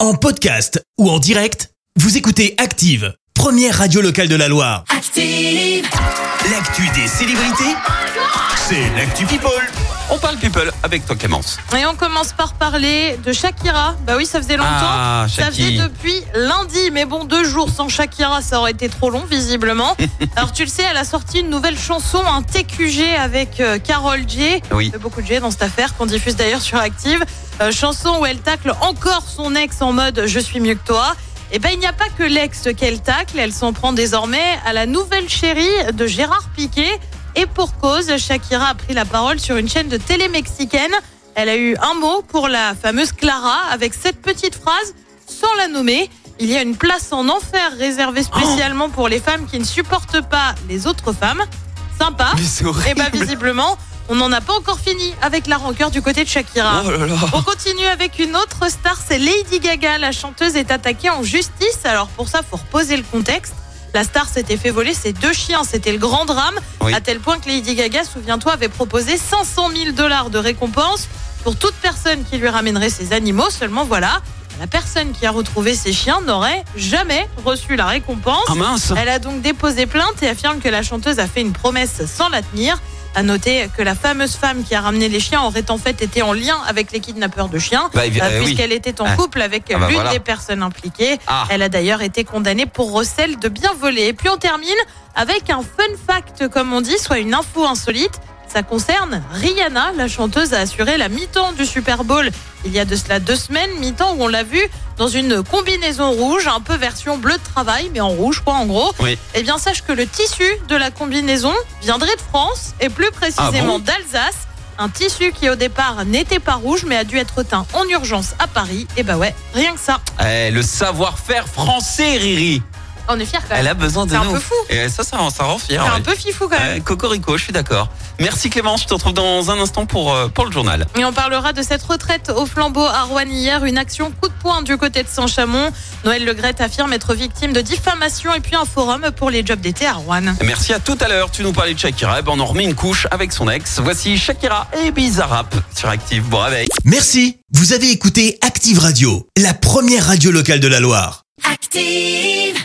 En podcast ou en direct, vous écoutez Active, première radio locale de la Loire. Active, L'actu des célébrités, c'est l'actu People. On parle people avec toi Clémence. Et on commence par parler de Shakira. Bah oui, ça faisait longtemps. Ah, ça faisait Shaki. depuis lundi. Mais bon, deux jours sans Shakira, ça aurait été trop long, visiblement. Alors, tu le sais, elle a sorti une nouvelle chanson, un TQG avec euh, Carole J. Oui. Il y a Beaucoup de J dans cette affaire qu'on diffuse d'ailleurs sur Active. Euh, chanson où elle tacle encore son ex en mode Je suis mieux que toi. Et ben, il n'y a pas que l'ex qu'elle tacle. Elle s'en prend désormais à la nouvelle chérie de Gérard Piquet. Et pour cause, Shakira a pris la parole sur une chaîne de télé mexicaine. Elle a eu un mot pour la fameuse Clara avec cette petite phrase sans la nommer. Il y a une place en enfer réservée spécialement pour les femmes qui ne supportent pas les autres femmes. Sympa. Mais c'est Et horrible. bah visiblement, on n'en a pas encore fini avec la rancœur du côté de Shakira. Oh là là. On continue avec une autre star, c'est Lady Gaga. La chanteuse est attaquée en justice. Alors pour ça, faut reposer le contexte. La star s'était fait voler ses deux chiens. C'était le grand drame. Oui. À tel point que Lady Gaga, souviens-toi, avait proposé 500 000 dollars de récompense pour toute personne qui lui ramènerait ses animaux. Seulement voilà, la personne qui a retrouvé ses chiens n'aurait jamais reçu la récompense. Ah mince. Elle a donc déposé plainte et affirme que la chanteuse a fait une promesse sans la tenir. À noter que la fameuse femme qui a ramené les chiens aurait en fait été en lien avec les kidnappeurs de chiens, Bah, évi- euh, euh, oui. puisqu'elle était en Ah. couple avec Ah bah l'une voilà. des personnes impliquées. Ah. Elle a d'ailleurs été condamnée pour recel de bien volé. Et puis on termine avec un fun fact, comme on dit, soit une info insolite. Ça concerne Rihanna, la chanteuse a assuré la mi-temps du Super Bowl il y a de cela deux semaines, mi-temps où on l'a vu dans une combinaison rouge, un peu version bleu de travail, mais en rouge quoi en gros. Oui. Eh bien sache que le tissu de la combinaison viendrait de France et plus précisément Ah bon d'Alsace. Un tissu qui au départ n'était pas rouge mais a dû être teint en urgence à Paris. Et bah ouais, rien que ça. Eh, le savoir-faire français, Riri. On est fiers quand même. Elle a besoin de Bah, C'est un nous. peu fou. Et ça, ça, rend- ça rend fier. C'est un ouais. peu hein. fifou quand même. Ouais, Cocorico, je suis d'accord. Merci Clémence, je te retrouve dans un instant pour, euh, pour le journal. Et on parlera de cette retraite au flambeau à Rouen hier, une action coup de poing du côté de Saint-Chamond. Noël Legrette affirme être victime de diffamation et puis un forum pour les jobs d'été à Rouen. Merci à tout à l'heure, tu nous parlais de Shakira, Eh ben, on en remet une couche avec son ex. Voici Shakira et Bizarrap sur Active. Bon réveil. Merci, vous avez écouté Active Radio, la première radio locale de la Loire. active.